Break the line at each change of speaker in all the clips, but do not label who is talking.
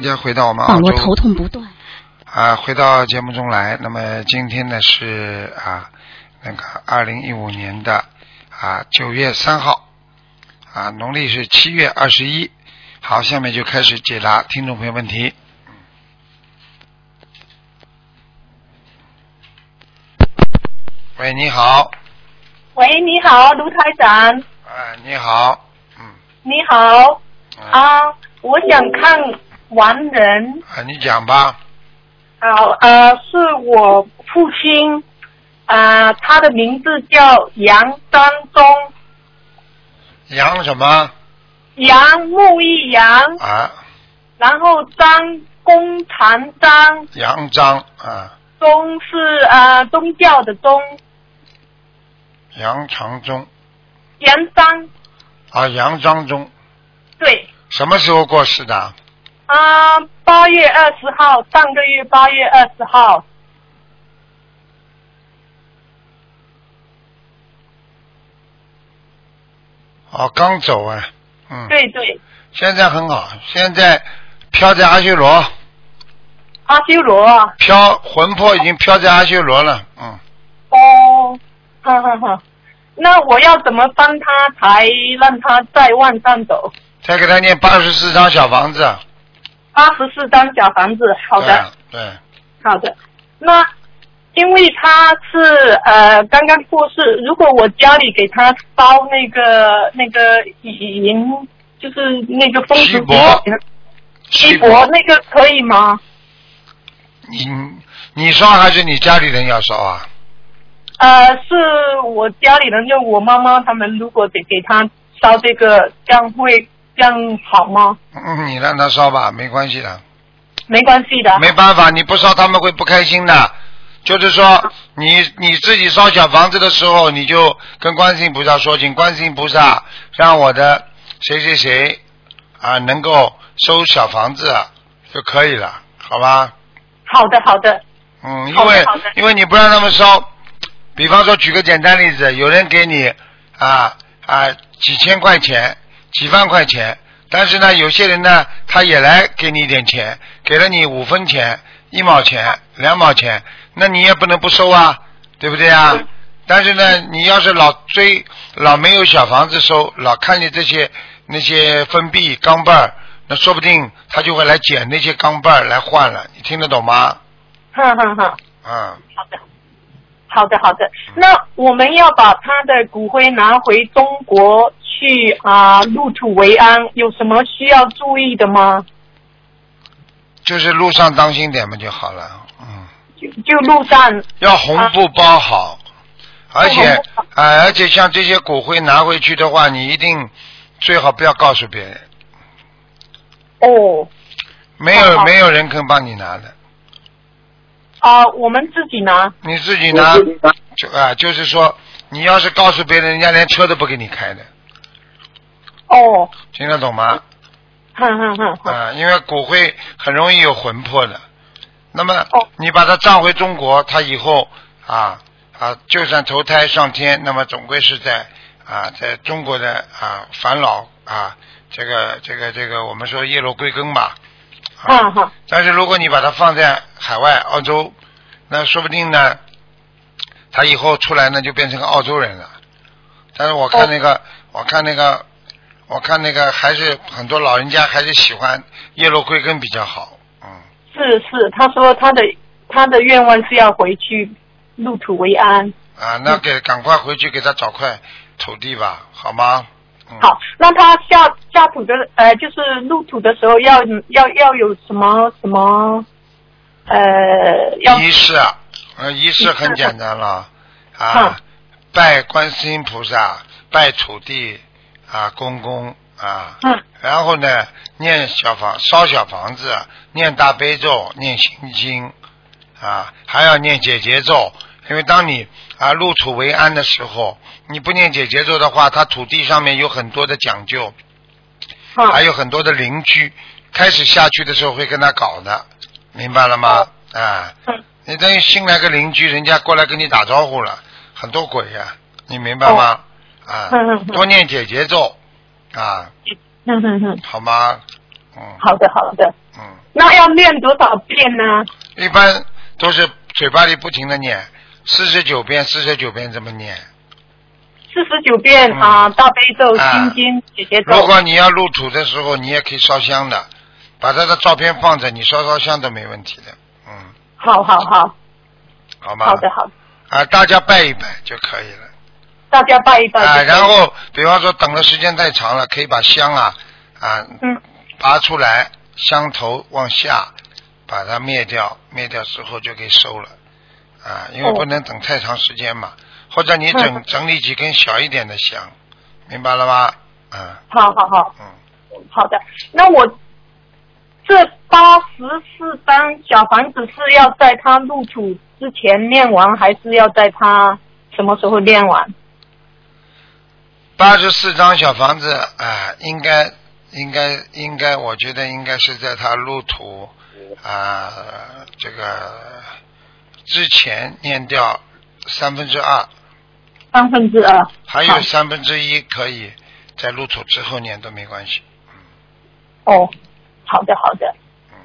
家回到我们澳
网
洲
络头痛不断。
啊，回到节目中来。那么今天呢是啊，那个二零一五年的啊九月三号，啊农历是七月二十一。好，下面就开始解答听众朋友问题。喂，你好，
喂，你好，卢台长，
啊，你好，嗯，
你好
啊，
啊，我想看完人
啊你讲吧，
啊，呃，是我父亲啊，他的名字叫杨张忠，
杨什么
杨木易杨，
啊？
然后张弓长张，
杨章啊，
宗是啊宗教的宗，
杨长忠
杨张
啊，杨章忠，
对
什么时候过世的？
啊，八月二十号，上个月八月二十号，
哦，刚走啊，嗯，
对对，
现在很好，现在飘在阿修罗，
阿修罗啊，
飘魂魄已经飘在阿修罗了，嗯，
哦，哈哈哈。那我要怎么帮他才让他再往上走？
再给他念八十四张小房子，
八十四张小房子，好
对
的
啊，对，
好的。那因为他是呃刚刚过世，如果我家里给他烧那个那个银，就是那个风
锡
烛
箔
锡箔那个可以吗？
你你烧还是你家里人要烧啊？
呃，是我家里人，就我妈妈他们，如果得给他烧这个，这样会这样好吗？
嗯，你让他烧吧，没关系的。
没关系的。
没办法，你不烧他们会不开心的。就是说，你你自己烧小房子的时候，你就跟观世音菩萨说，请观世音菩萨让我的谁谁谁啊能够收小房子就可以了，好吧？
好的，好的，
嗯，因
好的
为
好的
因为你不让他们烧，比方说举个简单例子，有人给你啊啊几千块钱、几万块钱，但是呢，有些人呢他也来给你一点钱，给了你五分钱、一毛钱、两毛钱，那你也不能不收啊，对不对啊？但是呢，你要是老追老没有小房子收，老看见这些那些分币钢镚儿，那说不定他就会来捡那些钢镚儿来换了，你听得懂吗？
哈哈哈，
嗯。
好的，好的，好的。那我们要把他的骨灰拿回中国去啊、入土为安，有什么需要注意的吗？
就是路上当心点嘛就好了，嗯，
就就路上
要红布包好，而且
要红布包
呃，而且像这些骨灰拿回去的话，你一定最好不要告诉别人，
哦
没有、
哦好
没有人肯帮你拿的，
啊、我们自己拿。
你自己拿就啊、就是说你要是告诉别人，人家连车都不给你开的，
哦，
听得懂吗？
哼哼哼 哼，
啊、因为骨灰很容易有魂魄的，那么
哦
你把它葬回中国，它以后啊啊，就算投胎上天，那么总归是在啊，在中国的啊返老啊，这个这个这个，我们说叶落归根吧。啊，
哈哈，
但是如果你把它放在海外澳洲，那说不定呢，他以后出来呢就变成个澳洲人了。但是我看那个，我看那个，我看那个，还是很多老人家还是喜欢叶落归根比较好。嗯，
是是，他说他的他的愿望是要回去入土为安。
啊，那给赶快回去给他找块土地吧，好吗？嗯、
好，那他下下土的呃，就是入土的时候要要要有什么什么呃，要
仪式啊，呃，仪式很简单了
嗯
啊，拜观世音菩萨，拜土地啊，公公啊，
嗯
然后呢，念小房烧小房子，念大悲咒，念心经啊，还要念解结咒，因为当你啊入土为安的时候，你不念解结咒的话，它土地上面有很多的讲究，
嗯
还有很多的邻居，开始下去的时候会跟他搞的，明白了吗？啊，
嗯
你等于新来个邻居，人家过来跟你打招呼了，很多鬼呀、你明白吗？啊
嗯嗯，嗯
多念解结咒啊，
嗯嗯嗯，
好吗？嗯，
好的好的，
嗯，
那要念多少遍呢？
一般都是嘴巴里不停的念，四十九遍、四十九遍这么念。
四十九遍
嗯
啊，大悲咒、
啊
心经、姐姐咒
如。果你要入土的时候，你也可以烧香的，把他的照片放着，你烧烧香都没问题的。嗯，
好好好，
好吗？
好的。好的，
啊，大家拜一拜就可以了。
大家拜一拜就可
啊，
以。
然后比方说等的时间太长了，可以把香啊啊
嗯，
拔出来，香头往下把它灭掉，灭掉之后就可以收了。啊，因为
哦
不能等太长时间嘛，或者你整
嗯
整理几根小一点的香，明白了吧？啊，
好好好
嗯，
好的。那我这八十四张小房子是要在他入土之前念完，还是要在他什么时候念完？
八十四张小房子啊，应该应该应该，我觉得应该是在他入土啊这个之前念掉三分之二，
三分之二。
还
好
有三分之一可以在入土之后念都没关系。
哦，好的好的
嗯。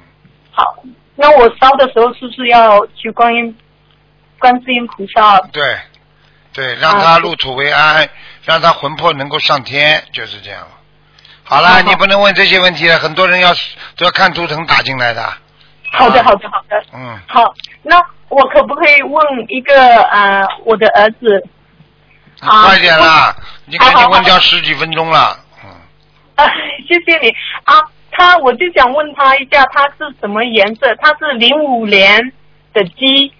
好，那我烧的时候是不是要求观音、观世音菩萨？
对，对，让
啊
他
对
入土为安，让他魂魄能够上天，就是这样。好了，
好好
你不能问这些问题了，很多人要都要看图腾打进来的。
好的
啊
好的好的。
嗯，
好，那我可不可以问一个呃，我的儿子，
你
啊
快点啦！你赶
好
紧
好
问掉
好
十几分钟了。嗯，
啊， 谢谢你啊，他我就想问他一下，他是什么颜色？他是零五年的鸡，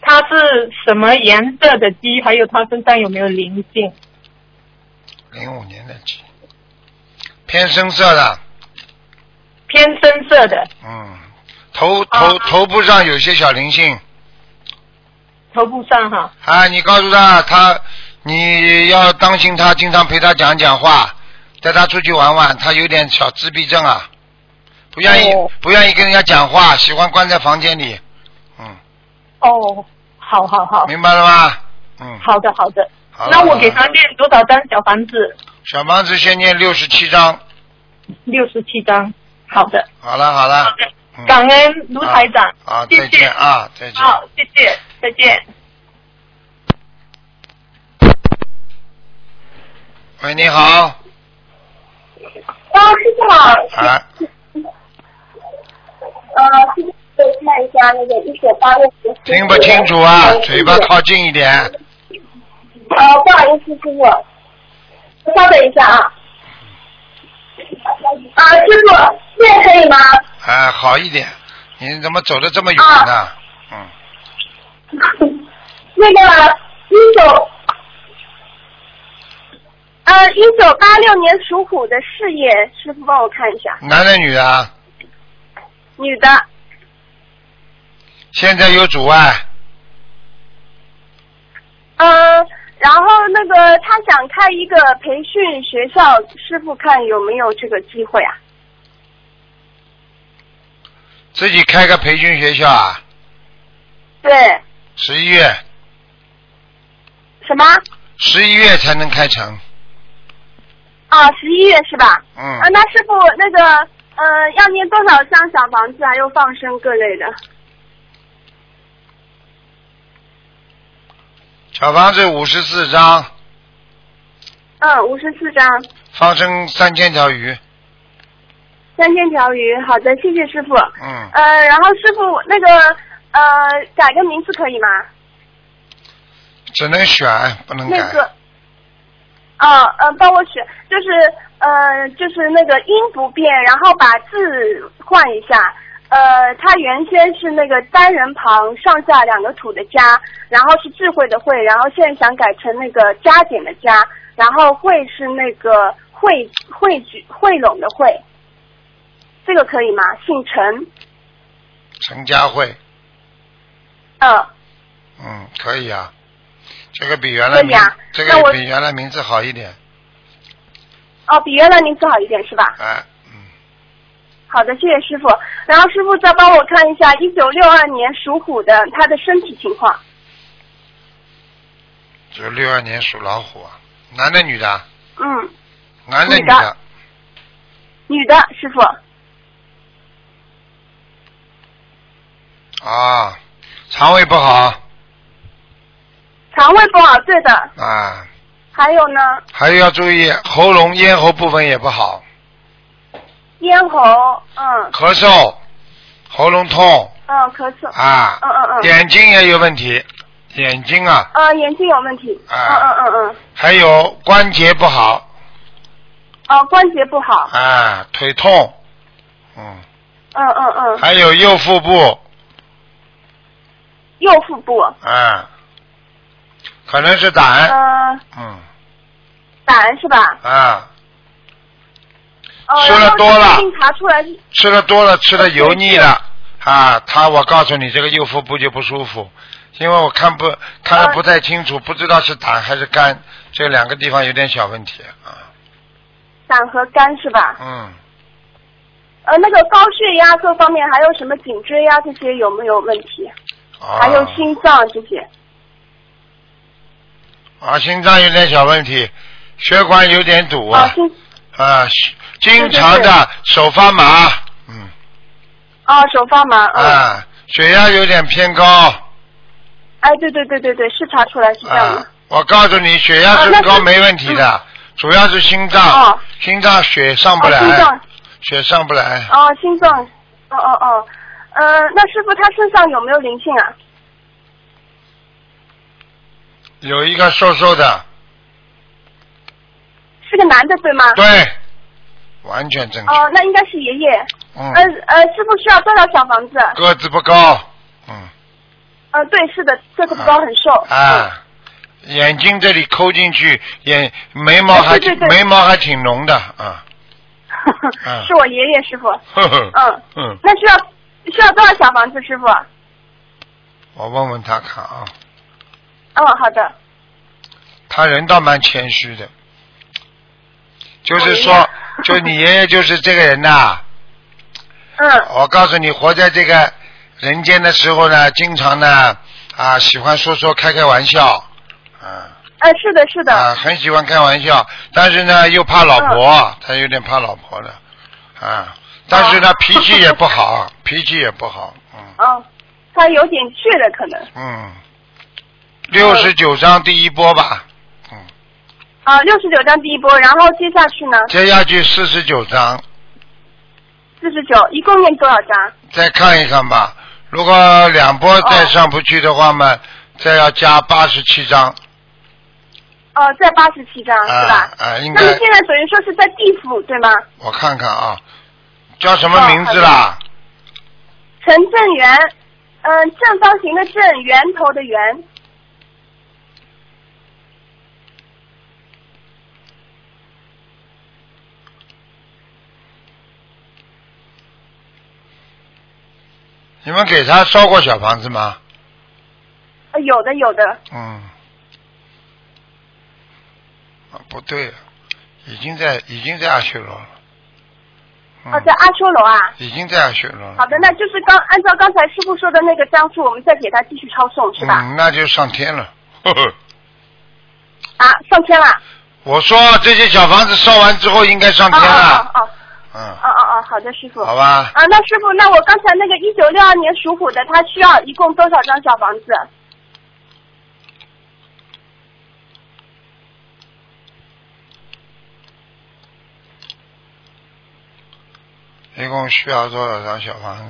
他是什么颜色的鸡？还有他身上有没有灵性？
零五年的鸡，偏深色的。
偏深色的，
嗯，头头
啊
头部上有些小灵性。
头部上哈。
啊，你告诉他，他你要当心他，经常陪他讲讲话，带他出去玩玩，他有点小自闭症啊，不愿意、
哦
不愿意跟人家讲话，喜欢关在房间里，嗯，
哦，好好好，
明白了吧？嗯，
好的好的。
好了
那我给
好
他
了
念多少张小房子？
小房子先念六十七章，
六十七张。好的，
好了好
好
了，
的。
嗯
感恩卢台长，
好好
谢
再
谢
见啊，再见。
好，谢谢，再见。
喂，你好，
啊，师傅好，
啊，
呃，师傅可以看一下那个一九八六年。
听不清楚啊，嘴巴靠近一点，
呃，不好意思，师傅，稍等一下啊。啊，师傅，现在可以吗？
啊，好一点，你怎么走的这么远呢、
啊
嗯，
那个一九，呃，一九八六年属虎的事业，师傅帮我看一下，
男的女的啊？
女的，
现在有阻碍，
嗯，然后那个他想开一个培训学校，师傅看有没有这个机会啊？
自己开个培训学校啊，
对，
十一月，
什么？
十一月才能开成。
啊，十一月是吧？
嗯
啊，，那师傅那个呃，要念多少张小房子啊？又放生各类的。
小房子五十四张，
嗯，五十四张，
放生三千条鱼。
三千条鱼。好的，谢谢师傅。
嗯，
呃，然后师傅那个呃，改个名字可以吗？
只能选，不能改。
那个。啊，呃，帮我选，就是呃，就是那个音不变，然后把字换一下。呃，它原先是那个单人旁上下两个土的家，然后是智慧的慧，然后现在想改成那个加减的加，然后慧是那个汇汇聚汇拢的汇，这个可以吗？姓陈，
陈佳慧，
嗯、
嗯，可以啊，这个比原来
可以
名
啊，
这
那
个
我
比原来名字好一点。
哦，比原来名字好一点是吧？
哎，嗯，
好的，谢谢师傅。然后师傅再帮我看一下一九六二年属虎的他的身体情况，
就六二年属老虎啊，男的女的啊？
嗯，
男的
女的
的？
女的师傅，
啊，肠胃不好
肠胃不好，对的。
啊，
还有呢，
还有要注意喉咙、咽喉部分也不好，
咽喉，嗯
咳嗽、喉咙痛
嗯，咳嗽，
啊
嗯，嗯嗯，
眼睛也有问题，眼睛啊，
呃，眼睛有问题，嗯
啊
嗯嗯嗯，
还有关节不好
哦，关节不好，
啊，腿痛，嗯，
嗯嗯嗯，
还有右腹部
右腹部，
啊，可能是胆，
呃，
嗯
胆是吧？
啊，
哦，
吃了
然后
多了
最近查出来是，
吃的多了，吃的油腻了啊，他我告诉你，这个右腹部就不舒服，因为我看不看的不太清
啊
楚，不知道是胆还是肝，这两个地方有点小问题啊，
胆和肝是吧？
嗯，
呃，那个高血压各方面，还有什么颈椎呀、这些有没有问题？
啊，
还有心脏这些，
啊，心脏有点小问题，血管有点堵
啊
啊，啊，
心
经常
对对对
的手发麻，嗯，
啊手发麻，嗯，
啊，血压有点偏高，
哎对对对对对，是查出来是这样
啊
的，，
我告诉你，血压
啊
升
那是
高没问题的，主要是心
哦
脏，心脏血上不哎
哦心
来
脏，
血上不来，
哦心脏，哦哦哦，呃，那师傅他身上有没有灵性啊？
有一个瘦瘦的，
是个男的对吗？
对，完全正确，
哦，那应该是爷爷。
嗯
呃，呃，师傅需要多少小房子？
个子不高，嗯，
呃，对，是的，个子不高，很瘦。嗯。
啊，眼睛这里抠进去，眼眉毛还
啊对对对
眉毛还挺浓的，啊，啊
是我爷爷师傅。
呵呵，
嗯
嗯，
那需要需要多少小房子，师傅？哦
我问问他看啊，
嗯，好的。
他人倒蛮谦虚的，就是
我
说
爷，爷
就你爷爷就是这个人呐、
嗯
我告诉你，活在这个人间的时候呢，经常呢啊喜欢说说开开玩笑，啊
呃，是的，是的。
啊很喜欢开玩笑，但是呢又怕老婆，
嗯
他有点怕老婆的，啊，但是呢、
哦
脾气也不好， 脾气也不好，嗯
嗯，他有点倔了，可能。
嗯，六十九章第一波吧，嗯，
啊、六十九张第一波，然后接下去呢，
接下去四十九章。
四十九，一共念多少张？
再看一看吧。如果两波再上不去的话嘛，再要加八十七张
哦、在八十七张、是
啊
吧？
啊，应
那么
该
现在等于说是在地府对吗？
我看看啊，叫什么名字
哦
啦？
陈正元，嗯、正方形的正，源头的源，
你们给他烧过小房子吗？
呃，有的有的，
嗯，啊不对，已经在已经在阿修罗了。
哦、在
嗯，
阿修罗啊。
已经在阿修罗了。
好的，那就是刚按照刚才师傅说的那个张数，我们再给他继续抄送是吧？
嗯，那就上天了。 呵呵，
啊，上天了。
我说这些小房子烧完之后应该上
哦
天
哦
了。
哦
嗯
哦，哦哦，好的，师傅。
好吧。
啊，那师傅，那我刚才那个一九六二年属虎的，他需要一共多少张小房子？
一共需要多少张小房子？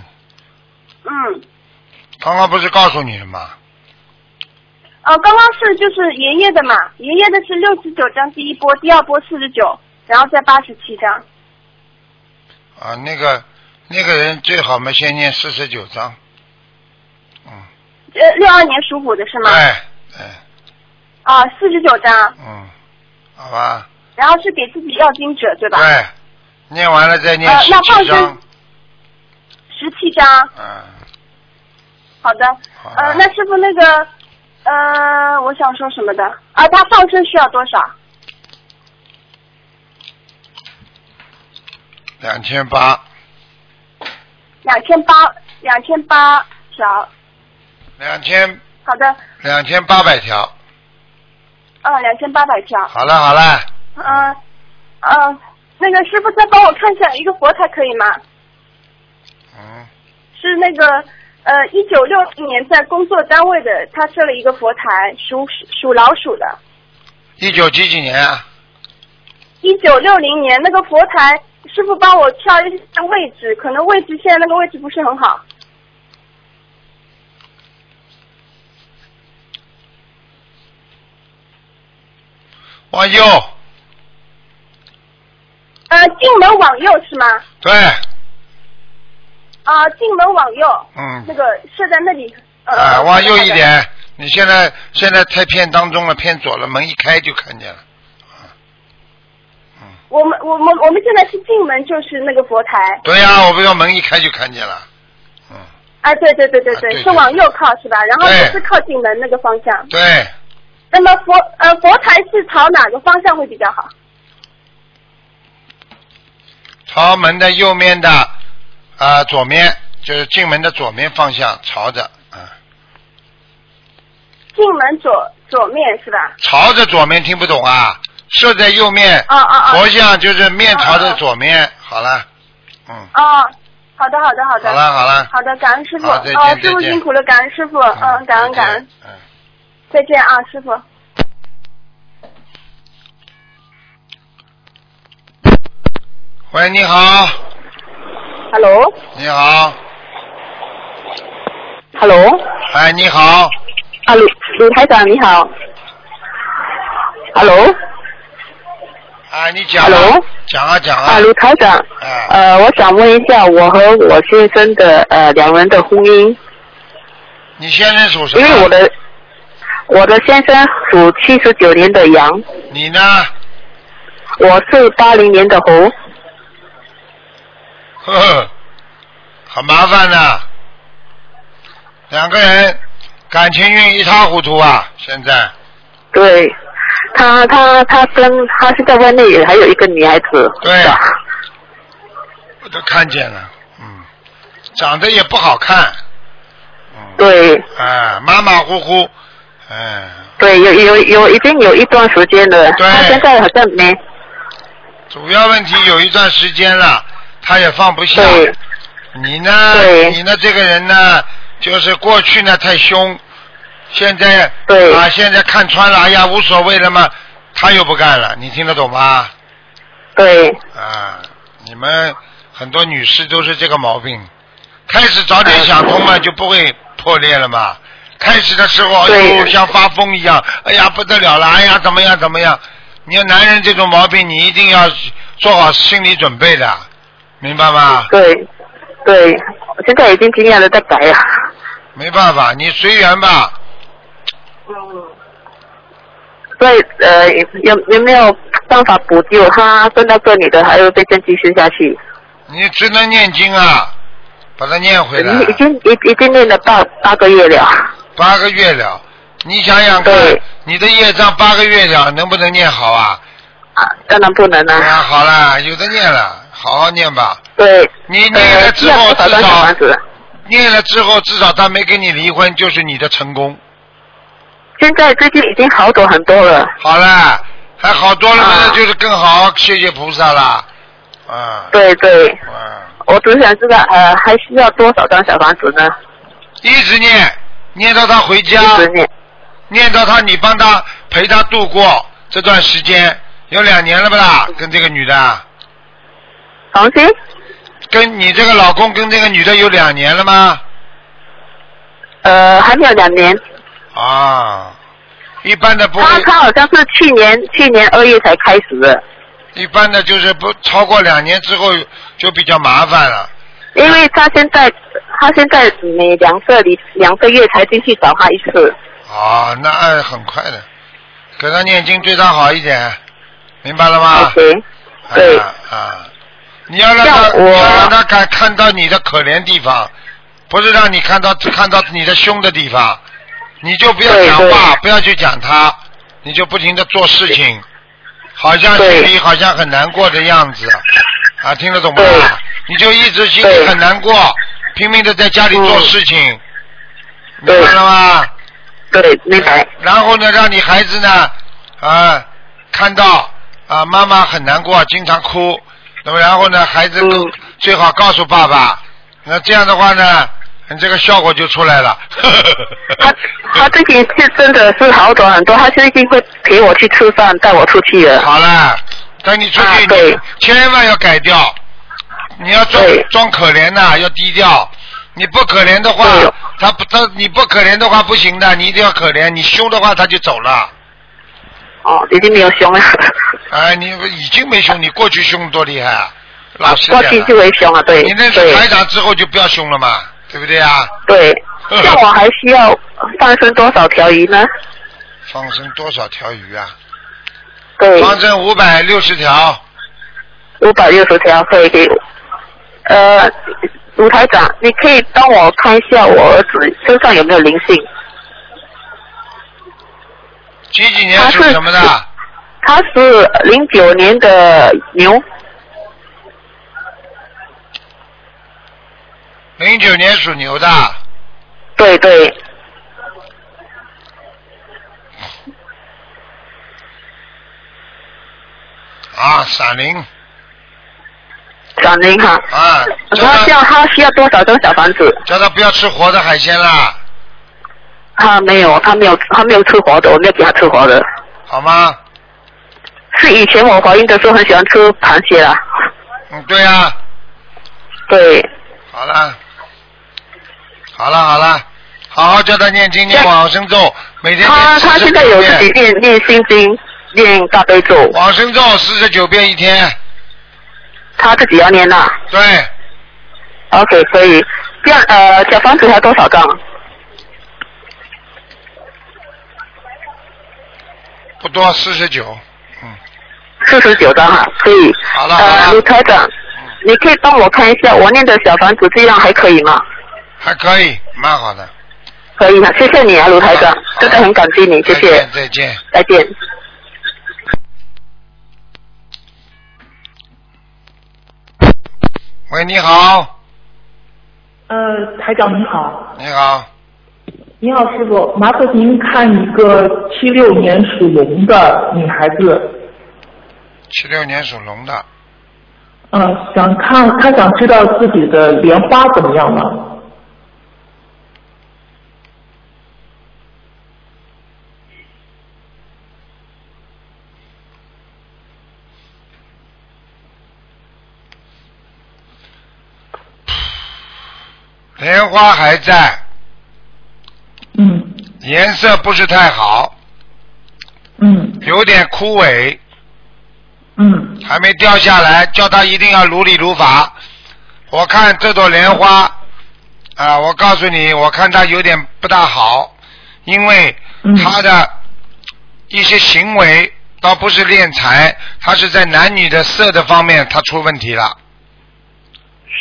嗯，
刚刚不是告诉你了吗？
呃，刚刚是就是爷爷的嘛，爷爷的是六十九张第一波，第二波四十九，然后再八十七张。
啊，那个那个人最好嘛，先念四十九章。嗯，
呃，六二年属虎的是吗？
哎，哎，
啊，四十九张，
嗯，好吧，
然后是给自己要经者对吧？
对，念完了再念
呃
十
那放
七章
生。十七张，
嗯，
好的。
好吧
呃，那师傅那个，呃，我想说什么的啊？他放生需要多少？
两千八，
两千八，两千八条。
两千
好的，
两千八百条。
嗯，两千八百条。
好了好了，
嗯嗯，那个师傅再帮我看一下一个佛台可以吗？
嗯，
是那个呃，一九六一年在工作单位的，他设了一个佛台，属属老鼠的。
一九几几年啊？
一九六零年那个佛台，师傅帮我挑一下位置，可能位置现在那个位置不是很好。
往右，
呃，进门往右是吗？
对，
呃啊、进门往右，
嗯
那，个设在那里。呃，
啊，往右一
好的。
点。你现在现在太偏当中了，偏左了，门一开就看见了。
我们我们我们现在是进门就是那个佛台，
对呀、我不要门一开就看见了。嗯，
啊，对对对对对，
啊对
是往右靠是吧？然后
对
不是靠近门那个方向。
对，
那么佛呃佛台是朝哪个方向会比较好？
朝门的右面的啊、左面，就是进门的左面方向朝着，嗯，
进门左左面是吧？
朝着左面听不懂啊？设在右面，
哦哦哦
佛像就是面朝着左面。好了，嗯，
哦，好的好的啊好的。
好了好了，
好的，感恩师傅。
好再见
哦，师傅
再见
辛苦了，感恩师傅。嗯，感恩感恩，
再见，嗯。
再见啊，师傅。
喂，你好，
Hello，Hello，
你好，哎，你好，
啊，鲁鲁台长你好。Hello，
哎，你讲啊
Hello？
讲啊讲啊
啊，，鲁台长，
哎，
呃，我想问一下，我和我先生的呃两人的婚姻，
你先生属什
因
么？
为我的我的先生属七十九年的羊，
你呢？
我是八零年的猴，
呵呵，很麻烦呐、两个人感情运一塌糊涂啊！现在
对，他他他跟他现在外面也还有一个女孩子，啊
对
啊
是吧
我都看见了，嗯，长得也不好看，嗯，
对
哎，马马虎虎，哎，
对，有有有已经有一段时间了，
对
他现在好像没
主要问题有一段时间了，他也放不下。
对
你呢？
对
你呢？这个人呢，就是过去呢太凶，现在
对
啊，现在看穿了，哎呀，无所谓了嘛，他又不干了，你听得懂吗？
对
啊，你们很多女士都是这个毛病，开始早点想通了，就不会破裂了嘛。开始的时候，
对
又像发疯一样，哎呀不得了了，哎呀怎么样怎么样？你要男人这种毛病，你一定要做好心理准备的，明白吗？
对对，我现在已经尽量的在改了。
没办法，你随缘吧。
所以呃，有有没有办法补救他跟那个女的还会被再继续下去？
你只能念经啊，把它念回来
已。已经已已经练了八八个月了。啊
八个月了，你想想看
对，
你的业障八个月了，能不能念好啊？
啊，当然不能
哎呀，
啊。
好啦，有的念了，好好念吧。
对，
你念了
呃，
之后，
要多少
至
张小
少
房子？
念了之后，至少他没跟你离婚，就是你的成功。
现在最近已经好转很多了。
好啦，还好多了嘛，
啊
那就是更好，谢谢菩萨啦。啊，
对对，
嗯，
我只想知道呃，还需要多少张小房子呢？
一直念，念到他回家。
一直念。
念到他，你帮他陪他度过这段时间，有两年了不啦？跟这个女的，
黄心，
跟你这个老公跟这个女的有两年了吗？
呃，还没有两年，
啊，一般的不
他
会，
他好像是去年去年二月才开始的。
一般的就是不超过两年之后就比较麻烦了。
因为他现在他现在每两个礼两个月才进去找他一次。
啊，那哎很快的，给他念经对他好一点，明白了吗？
OK，对
啊啊，你要让他，
像我
你要让他看看到你的可怜地方，不是让你看到看到你的凶的地方，你就不要
对
讲
对
话，不要去讲他，你就不停的做事情，好像
对
心里好像很难过的样子，啊，听得懂吗
对？
你就一直心里
对
很难过，拼命的在家里做
嗯
事情，
对
明白了吗？
对，明白。
然后呢，让你孩子呢，啊、看到啊、妈妈很难过，经常哭。那么然后呢，孩子更、
嗯
最好告诉爸爸。那这样的话呢，你这个效果就出来了。
他 他最近是真的是好转很多，他最近会陪我去吃饭，带我出去了。
好了，等你出
啊
去，
对
你千万要改掉，你要装
对
装可怜呐、要低调。你不可怜的话
对哦，
他不他你不可怜的话不行的，你一定要可怜。你凶的话他就走了。
哦，已经没有熊了，
哎，你已经没凶，你过去凶多厉害啊，老实
过
点
去
了
就会凶了，对
你认识
对
台长之后就不要凶了嘛，对不对啊？
对。像我还需要放生多少条鱼呢？
放生多少条鱼啊？
对，
放生五百六十条。
五百六十条可以给我。呃，卢台长，你可以帮我看一下我儿子身上有没有灵性？
几几年
他
属
是
什么的？
他是零九年的牛，
零九年属牛的。
对对，
啊，闪灵
闪灵哈。
啊，叫
然后这样
他
他需要多少张小房子？
叫他不要吃活的海鲜啦，
他没有，他没有，他没有吃活的，我没有给他吃活的。
好吗？
是以前我怀孕的时候很喜欢吃螃蟹啦，
嗯，对呀、
对，
好了，好了，好了，好好教他念经，念往生咒，每天
他
念四
他
十
现
九
在有自己
遍，
念念心经，念大悲咒，
往生咒四十九遍一天，
他自己要念呐。
对，
OK，可以。这样呃，小房子还有多少张？
不多四十九，嗯，
四十九张啊，可以。
好了好
呃，
了
卢科长，你可以帮我看一下我念的小房子质量还可以吗？
还可以，蛮好的，
可以啊，谢谢你啊，卢台长
好，
真的很感激你，
再
谢谢
见，，再见。
再见。
喂，你好，
呃，台长您好，
你好，
您好师傅，麻烦您看一个七六年属龙的女孩子，
七六年属龙的，
呃，想看她想知道自己的莲花怎么样了。
莲花还在，
嗯
颜色不是太好，
嗯
有点枯萎，
嗯
还没掉下来，叫他一定要如理如法。我看这朵莲花啊，我告诉你，我看他有点不大好，因为
嗯
他的一些行为倒不是敛财，他是在男女的色的方面他出问题了。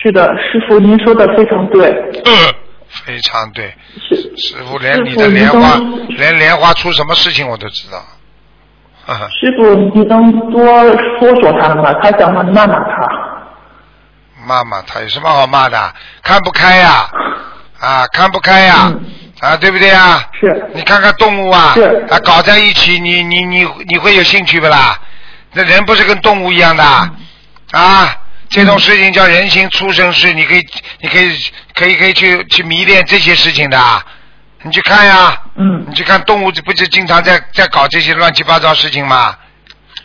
是的，师傅您说的非常对，
呃非常对，
嗯是
师傅连
师
你
父
的
您
莲花
刚，
连莲花出什么事情我都知道。 呵呵
师傅您能多说说她吗？她想让骂骂她。
骂骂他有什么好骂的？看不开呀、啊，看不开呀、啊，
嗯
对不对啊？
是
你看看动物啊
是，
啊，搞在一起，你你你你会有兴趣不啦？那人不是跟动物一样的啊啊？这种事情叫人形畜生事，你可以你可以可以可以去去迷恋这些事情的啊，你去看呀、
嗯
你去看动物不是经常在在搞这些乱七八糟事情吗？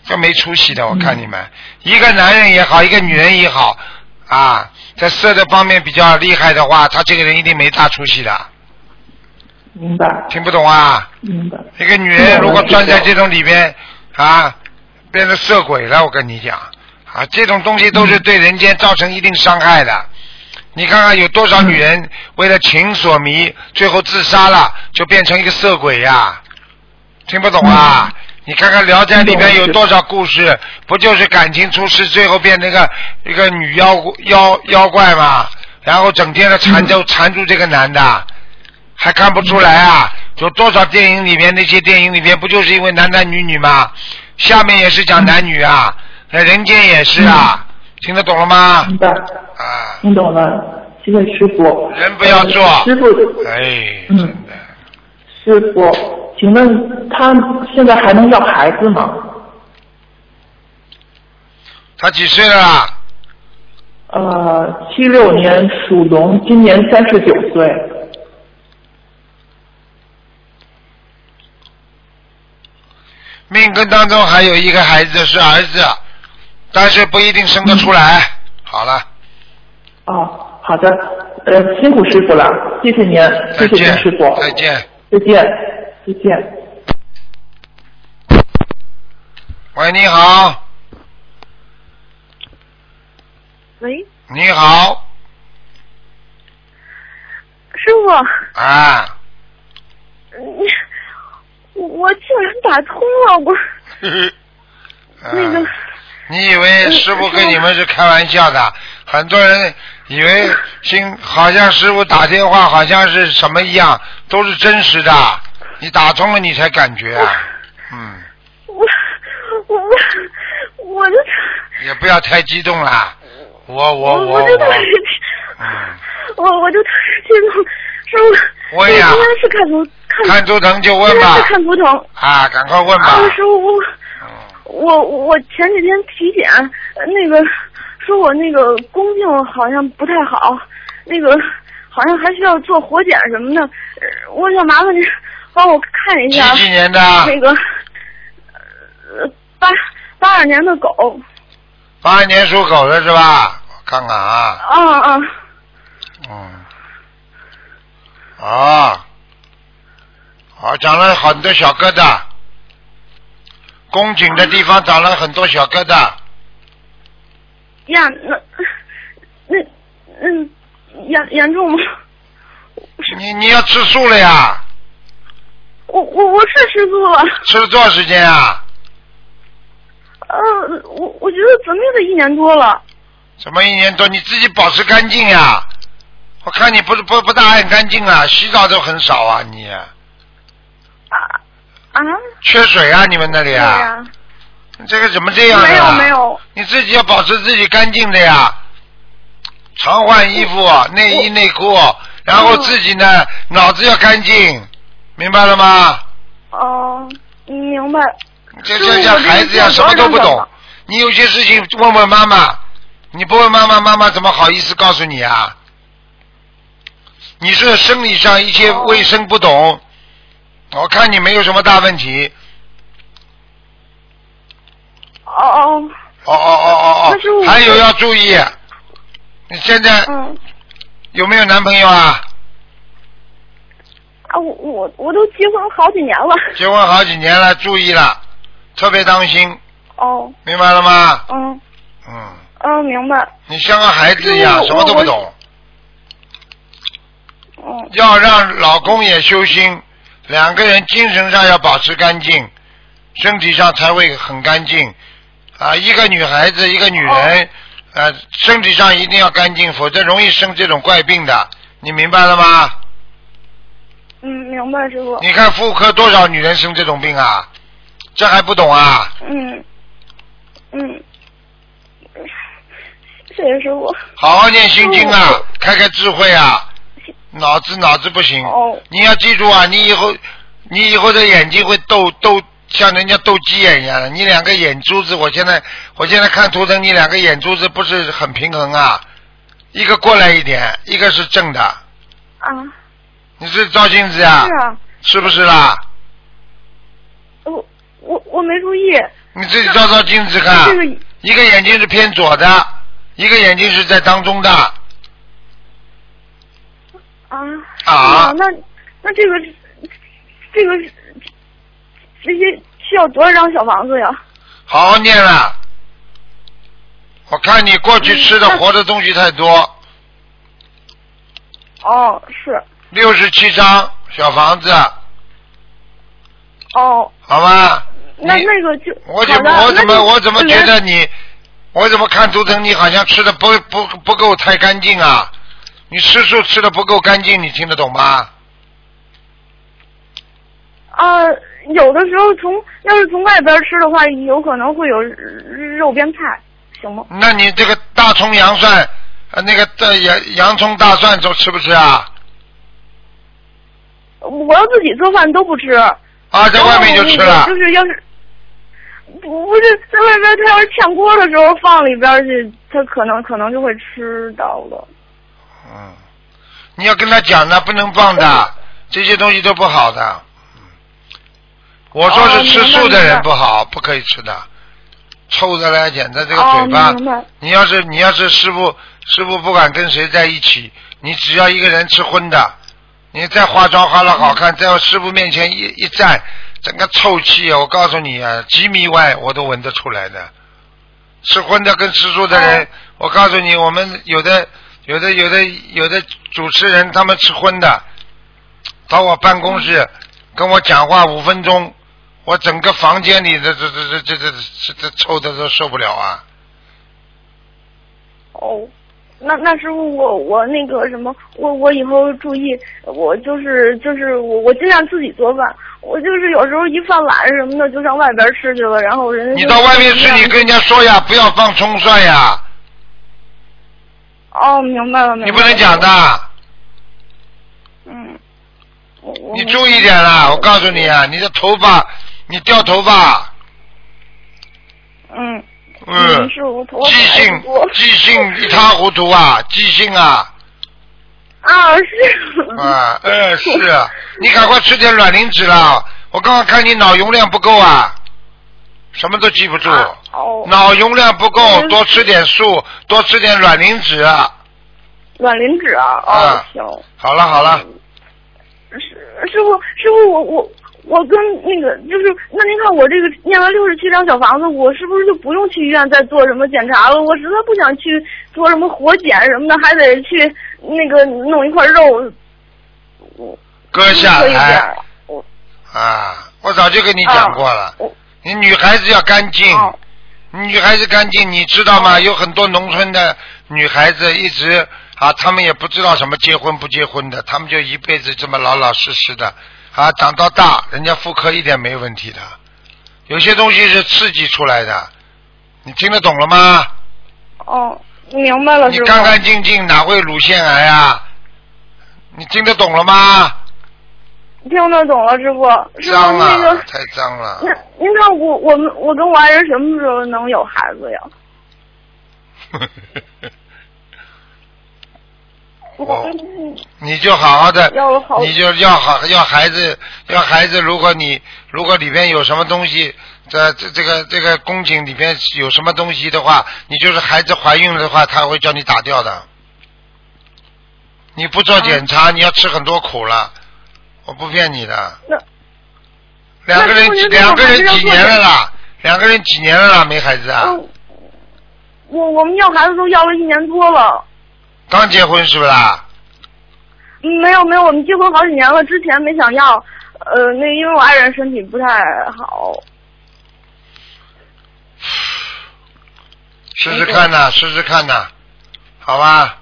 这没出息的，我看你们，一个男人也好，一个女人也好，啊，在色的方面比较厉害的话，他这个人一定没大出息的，
明白
听不懂啊？
明白。
一个女人
嗯
如果钻在
我知道
这种里边，啊，变成色鬼了，我跟你讲，啊，这种东西都是对人间造成一定伤害的。你看看有多少女人为了情所迷，最后自杀了，就变成一个色鬼呀、听不懂啊？你看看《聊斋》里边有多少故事，不就是感情出事，最后变成一个一个女妖妖妖怪嘛？然后整天的缠住缠住这个男的，还看不出来啊？有多少电影里面那些电影里面不就是因为男男女女嘛？下面也是讲男女啊，
嗯
那人间也是啊，听得懂了吗？
明白，
啊，
听懂了，谢谢师傅。
人不要做
呃师傅，
哎，真
嗯
的，
师傅，请问他现在还能要孩子吗？
他几岁了啊？
呃，七六年属龙，今年三十九岁。
命根当中还有一个孩子是儿子，但是不一定生得出来。
嗯
好了，
哦，好的，呃，辛苦师傅了，谢谢您，谢
再
谢您
见
师傅，，
再见。
再见，再见。
喂，你好，
喂，
你好，
师傅，
啊，
你我竟然打通了，我
呵呵
那个
啊你以为师傅跟你们是开玩笑的？很多人以为心好像师傅打电话好像是什么一样，都是真实的。你打通了，你才感觉啊。嗯，
我我我我就
也不要太激动啦。我我
我
我
就特
我
别，
嗯，
我我就特别激动，师傅，
问呀
应该是看图看
看图腾就问
应该是
吧。
看图腾
啊，赶快问吧
啊，。师傅我。
嗯，
我我前几天体检，呃那个说我那个宫颈好像不太好，那个好像还需要做活检什么的。呃我想麻烦您帮我看一
几
下
几年的？
那个呃八八二年的狗，
八二年属狗的是吧？我看看啊。
啊啊
嗯，啊，啊，长了很多小疙瘩，宫颈的地方长了很多小疙瘩，
呀，那那嗯严严重吗？
你你要吃素了呀？
我我我是吃素了，
吃多少时间啊？
呃，我我觉得怎么也得一年多了。
怎么一年多？你自己保持干净呀？我看你不是不不大爱干净啊，洗澡都很少啊，你
啊啊！
缺水啊？你们那里
对
啊？
呀、
你这个怎么这样、啊？
没有没有，
你自己要保持自己干净的呀，常换衣服、
哦
内衣、内裤，然后自己呢、脑子要干净，明白了吗？
哦、明白。
这这
师傅
这
我这
孩子呀，
个
什么都不
多少张
懂
了，
你有些事情问问妈妈，你不问妈妈，妈妈怎么好意思告诉你啊？你是生理上一些
哦
卫生不懂，我看你没有什么大问题。
哦哦，
哦哦哦哦
那是我
哦，还有要注意，你现在
嗯
有没有男朋友啊？
啊，我我我都结婚好几年了。
结婚好几年了，注意了，特别当心，
哦，
明白了吗？
嗯
嗯，
嗯，明白。
你像个孩子一样，
嗯
什么都不懂，
嗯
要让老公也修心，两个人精神上要保持干净，身体上才会很干净。啊，一个女孩子，一个女人，呃，身体上一定要干净，否则容易生这种怪病的，你明白了吗？
嗯，明白，师傅。
你看妇科多少女人生这种病啊？这还不懂啊？
嗯嗯，谢谢师傅。
好好念心经啊，
哦
开开智慧啊，脑子脑子不行。
哦
你要记住啊，你以后你以后的眼睛会斗斗像人家斗鸡眼一样的，你两个眼珠子，我现在我现在看图腾，你两个眼珠子不是很平衡啊，一个过来一点，一个是正的，
啊，
你是照镜子呀、
是啊，
是不是啦？
我我我没注意，
你自己照照镜子看
这，个
一个眼睛是偏左的，一个眼睛是在当中的，
啊
啊
那那这个这个这些需要多少张小房子呀？
好好念了。我看你过去吃的
嗯那
活的东西太多，
哦，是
六十七张小房子，
哦，
好吗？
那
你
那个就
我
好
怎
的
么我怎
那
么
就
我怎么
就
觉
连
得你，我怎么看图腾你好像吃的不不不够太干净啊？你吃素吃的不够干净，你听得懂吗？
啊、有的时候从要是从外边吃的话，有可能会有肉边菜，行吗？
那你这个大葱洋蒜，呃，那个呃洋洋葱大蒜都吃不吃啊？
我要自己做饭都不吃，
啊，在外面就吃
然
了
后那个就是要是不不是在外边，他要是炝锅的时候放里边去，他他可能可能就会吃到了。
嗯，你要跟他讲的，不能放的，这些东西都不好的。嗯，我说是吃素的人不好，不可以吃的，臭的嘞，简直这个嘴巴。
哦明白
你要是你要是师傅师傅不管跟谁在一起，你只要一个人吃荤的，你再化妆化的好看，在师傅面前一一站，整个臭气啊！我告诉你啊，几米外我都闻得出来的。吃荤的跟吃素的人，我告诉你，我们有的有的有的有的主持人他们吃荤的，到我办公室跟我讲话五分钟，我整个房间里的这这这这这这这臭的都受不了啊！
哦，那那师傅，我我那个什么，我我以后注意，我就是就是我我尽量自己做饭，我就是有时候一犯懒什么的就上外边吃去了，然后人家
你
就
到外面吃，你跟人家说
嗯
呀，不要放葱蒜呀，
哦，明白了，明白了
你不能讲的，
嗯，我我
你注意点
嗯
啦！我告诉你啊，你的头发，你掉头发，
嗯
嗯，
是我头发
记性
多
记性一塌糊涂啊，记性啊
啊是
啊，呃是啊，你赶快吃点卵磷脂啦！我刚刚看你脑容量不够啊，什么都记不住，
哦，
脑容量不够，
嗯
多吃点素，多吃点卵磷脂啊。
卵磷脂啊，哦
啊
行，
好了好了，
嗯师师傅师傅我我。我跟那个就是，那您看我这个念完六十七张小房子，我是不是就不用去医院再做什么检查了？我实在不想去做什么活检什么的，还得去那个弄一块肉
割下哎
割一点
来
儿。我
啊！我早就跟你讲过了，
我
你女孩子要干净。
哦
女孩子干净，你知道吗？有很多农村的女孩子一直啊，她们也不知道什么结婚不结婚的，她们就一辈子这么老老实实的啊，长到大，人家妇科一点没问题的。有些东西是刺激出来的，你听得懂了吗？
哦，明白了，
你
师傅。
干干净净，哪会乳腺癌啊？你听得懂了吗？
听得懂了，师傅。师傅
脏
那
了
个，，
太脏 了。
那您看我我们我跟我爱人什么时候能有孩子呀？
我你就好好的
要好，
你就要好要孩子要孩子。如果你如果里边有什么东西，这这这个这个宫颈里边有什么东西的话，你就是孩子怀孕了的话，他会叫你打掉的。你不做检
啊
查，你要吃很多苦了，我不骗你的。
那
两个人
那
几
那
两个人
那
几年了啦？两个人几年了啦？没孩子啊？
嗯，我我们要孩子都要了一年多了，
刚结婚是不是啦？
嗯没有没有，我们结婚好几年了，之前没想要，呃，那因为我爱人身体不太好，
试试看
哎
呐、试试看呐、好吧，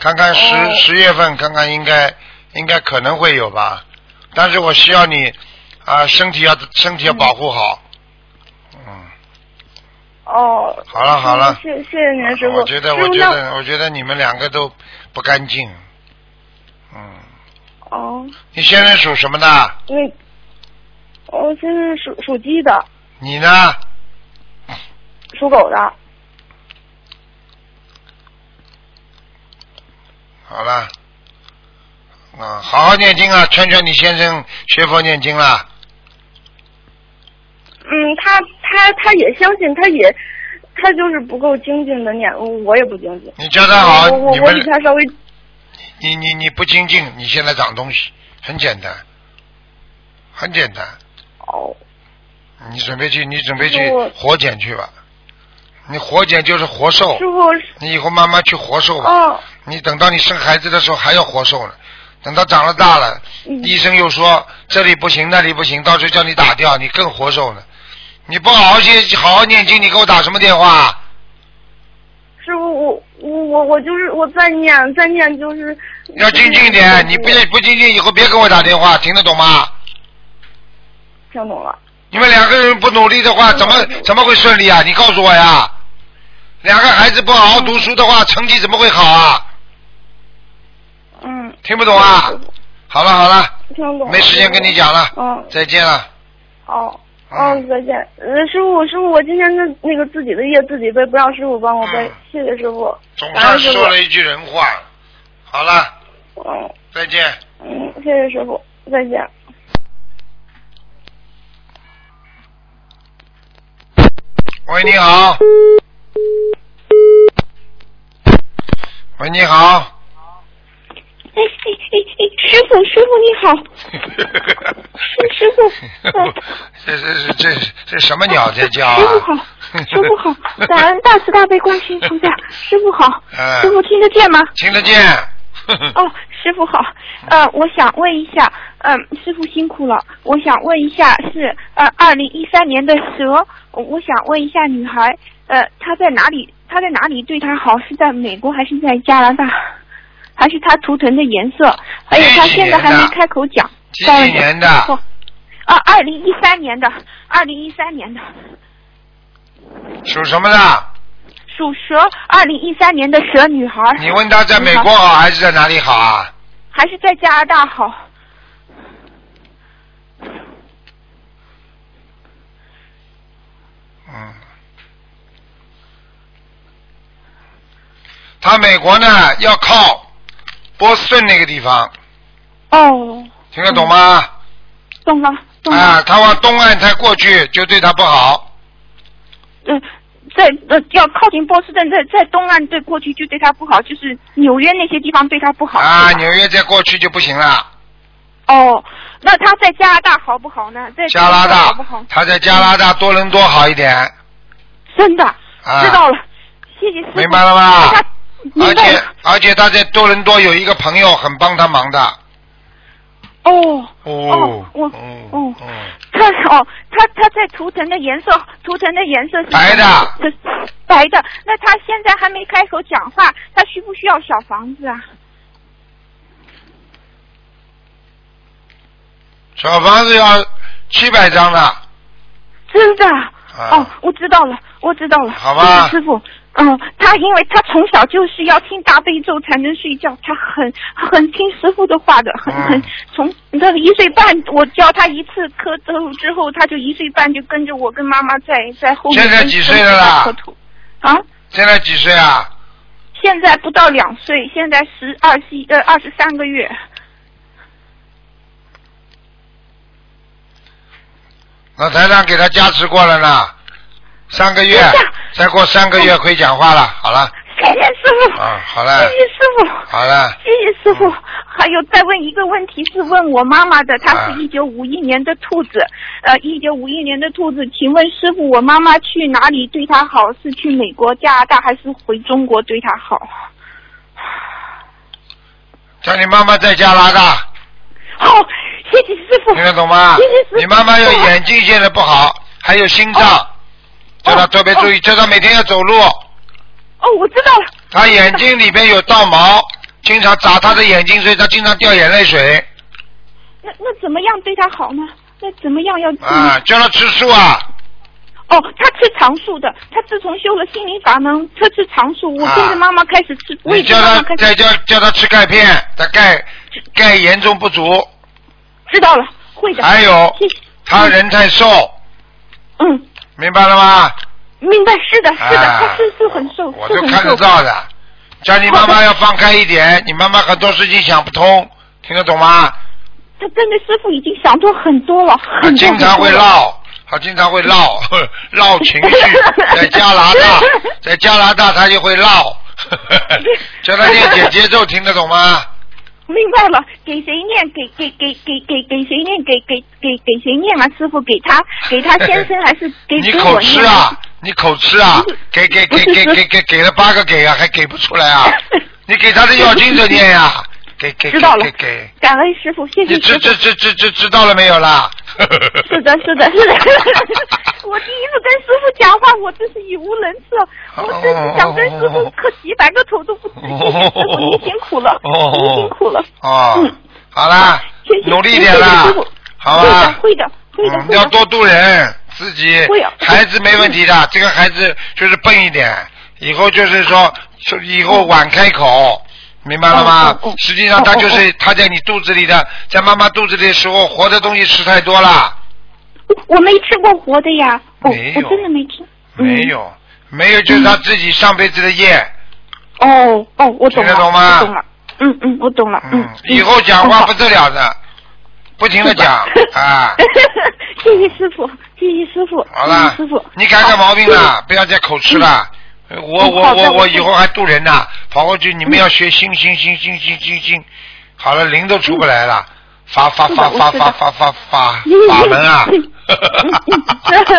看看十、
哦
十月份，看看应该应该可能会有吧，但是我需要你啊、身体要身体要保护好，嗯，
哦。
好了好了，
谢谢谢您师傅。
我觉得
师
我
傅
觉
那
得我觉得你们两个都不干净，嗯，
哦，
你先生属什么的？
那我现在属属鸡的，
你呢？
属狗的。
好了，啊、好好念经啊，劝劝你先生学佛念经啦。
嗯，他他他也相信，他也他就是不够精进的念，我也不精进。
你教他好，
我我
你
我
们
比他稍微
你你你不精进，你现在长东西，很简单，很简单。
哦
你准备去，你准备去
那我
活检去吧。你活检就是活受
师，傅哦是
你以后慢慢去活受吧。
哦
你等到你生孩子的时候还要活受呢，等到长了大了，
嗯
医生又说这里不行那里不行，到时候叫你打掉，你更活受呢。你不好好去好好念经，你给我打什么电话啊？
师傅我我我我就是我再念再念就是
要精进一点，你不
要
不精进，以后别给我打电话，听得懂吗？
听懂了。
你们两个人不努力的
嗯
话，怎么怎么会顺利啊？你告诉我呀！两个孩子不好好读书的话，成绩怎么会好啊？
嗯，
听不懂啊？好了好了，
听懂了。
没时间跟你讲了，
嗯，
再见了。
哦，
嗯，再见。呃，师傅，师傅，我今天的那个自己的业自己背，不让师傅帮我背
嗯，
谢谢师傅。
总
感
算
恩师
说了一句人话。好了，
傅。嗯
再见。
嗯，谢谢师傅，再见。
哎
喂，你好。喂，你 好。
哎哎哎哎，师傅师傅你好，师傅呃
这这是这是这什么鸟在叫啊？
师傅好，师傅 好，感恩大慈大悲观世音菩萨，师傅好，
嗯
师傅听得见吗？
听得见。
哦，师傅好，呃，我想问一下，嗯、师傅辛苦了，我想问一下是呃，二零一三年的蛇，我想问一下女孩，呃，她在哪里？她在哪里对她好？是在美国还是在加拿大？还是她图腾的颜色？还有她现在还没开口讲，
几
稍微
几年
等
的？
哦啊，二零一三年的，二零一三年的
属什么的？
属蛇，二零一三年的蛇女孩。
你问他在美
女
国
孩
好还是在哪里好啊？
还是在加拿大好？
嗯，他美国呢要靠波士顿那个地方，
哦，
听得懂吗？
懂了，嗯懂了。
啊，他往东岸他过去就对他不好，
嗯，在呃要靠近波士顿，在在东岸对过去就对他不好，就是纽约那些地方对他不好。
啊，
是吧
纽约再过去就不行了。
哦，那他在加拿大好不好呢？在
加拿
好不
大
好，？嗯
他在加拿大多伦多好一点，
真的，
啊
知道了，谢谢师傅。
明白了吧
那他？
而
明白
且
了。
而且他在多伦多有一个朋友很帮他忙的。
哦
哦，
我
嗯
哦
嗯，
他哦，他他在图腾的颜色，图腾的颜色是
白的
什么，是白的。那他现在还没开口讲话，他需不需要小房子啊？
小房子要七百张啊的，
真的啊？
啊
哦，我知道了，我知道了。
好吧
谢谢师傅。嗯，他因为他从小就是要听大悲咒才能睡觉，他很很听师傅的话的，很
嗯
很从那个一岁半，我教他一次磕头之后，他就一岁半就跟着我跟妈妈在在后面
现
跟。
在几岁了啦
跟着他磕头啊，
现在几岁啊？
现在不到两岁，现在十二十一呃二十三个月。
老台长给他加持过了呢，三个月
等一下，
再过三个月会讲话了。好了，
谢谢师傅。
啊，好
谢
了，
谢师傅。
好了，
谢谢师傅。
嗯
还有再问一个问题，是问我妈妈的，她
啊
是一九五一年的兔子，呃，一九五一年的兔子，请问师傅，我妈妈去哪里对她好？是去美国、加拿大，还是回中国对她好？
叫你妈妈在加拿大，
好、哦谢谢师傅。
听得懂吗
谢谢师？傅。
你妈妈有眼睛现在不好，还有心脏，叫她特别注意，叫她每天要走路。
哦，我知道了。
她眼睛里边有倒毛，经常眨她的眼睛，所以她经常掉眼泪水。
那那怎么样对她好呢？那怎么样要注意
啊，叫她吃素啊。
哦，他吃常素的，他自从修了心灵法门，他吃常素。我
啊
跟着妈妈开始吃，我
你
也跟
叫
妈
她
妈开始
再叫叫她吃钙片，她钙钙严重不足，
知道了，会的。
还有
谢谢。
她人太瘦，
嗯，
明白了吗？
明白，是的，是的，
啊
他是是很瘦，
我
是
都
很
看得
瘦。
到的。叫你妈妈要放开一点，你妈妈很多事情想不通，听得懂吗？
他跟着师傅已经想通很多了，
他
很多
经常会
很多了。
闹，他经常会 闹，闹情绪。在加拿大，在加拿大他就会闹， 叫他念姐姐咒，听得懂吗？
明白了，给谁念？给给给给给给谁念？给给给给谁念啊？师傅给他给他先生还是 给
你
给
口
我
吃
念？
啊，你口吃啊
不是，
给给
不
给
是
给
不是
给给给了八个给啊，还给不出 来啊？你给他的要经者念呀、给给给
知道了
给给，
感恩师傅，谢谢
你
师
知
傅。
知知知知知道了没有啦？
是的，是的，是的。我第一次跟师傅讲话，我真是语无伦次，啊
哦
我真是想跟师傅磕几百个头都不止。谢谢师傅，您辛苦了，您辛苦了。
哦
嗯，
好啦
谢谢，
努力一点
谢
啦
谢师傅，
好
会
吧
的，？会的，会的，
嗯
会
要
的。
多度人，自己
会啊
孩子没问题的，这个孩子就是笨一点，以后就是说，就以后晚开口，明白了吗
哦哦哦？
实际上他就是他在你肚子里的，在妈妈肚子里的时候，活的东西吃太多了，
我没吃过活的呀，我
没有
我真的没吃。
没有，没有，就是他自己上辈子的业。
哦哦，我懂
听得
了，
懂吗
我懂了。嗯嗯，我懂了。嗯，
以后讲话不得了的，不停的 讲啊。
谢谢师傅，谢谢师傅，
好
谢
了
谢嗯师傅。，
你改改毛病啦，不要再口吃了。呃我
嗯
我
好的
我
我
我
知
以后还渡人呐，跑过去你们要学心心心心心心心，好了灵都出不来了，法法
是
法
的
法
我知
法
道
法法 法法门啊！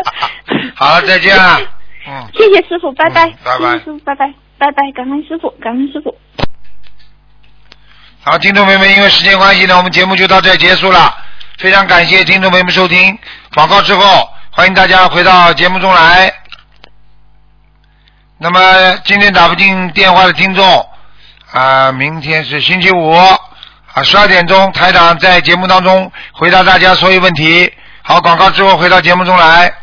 好了，再见 了，嗯。
谢谢师傅，拜拜
嗯，拜拜
谢谢师傅，拜拜，拜拜，感恩师傅，感恩师傅。
好，听众朋友们，因为时间关系呢，我们节目就到这儿结束了。非常感谢听众朋友们收听广告之后，欢迎大家回到节目中来。那么今天打不进电话的听众啊、明天是星期五啊，十二点钟台长在节目当中回答大家所有问题。好，广告之后回到节目中来。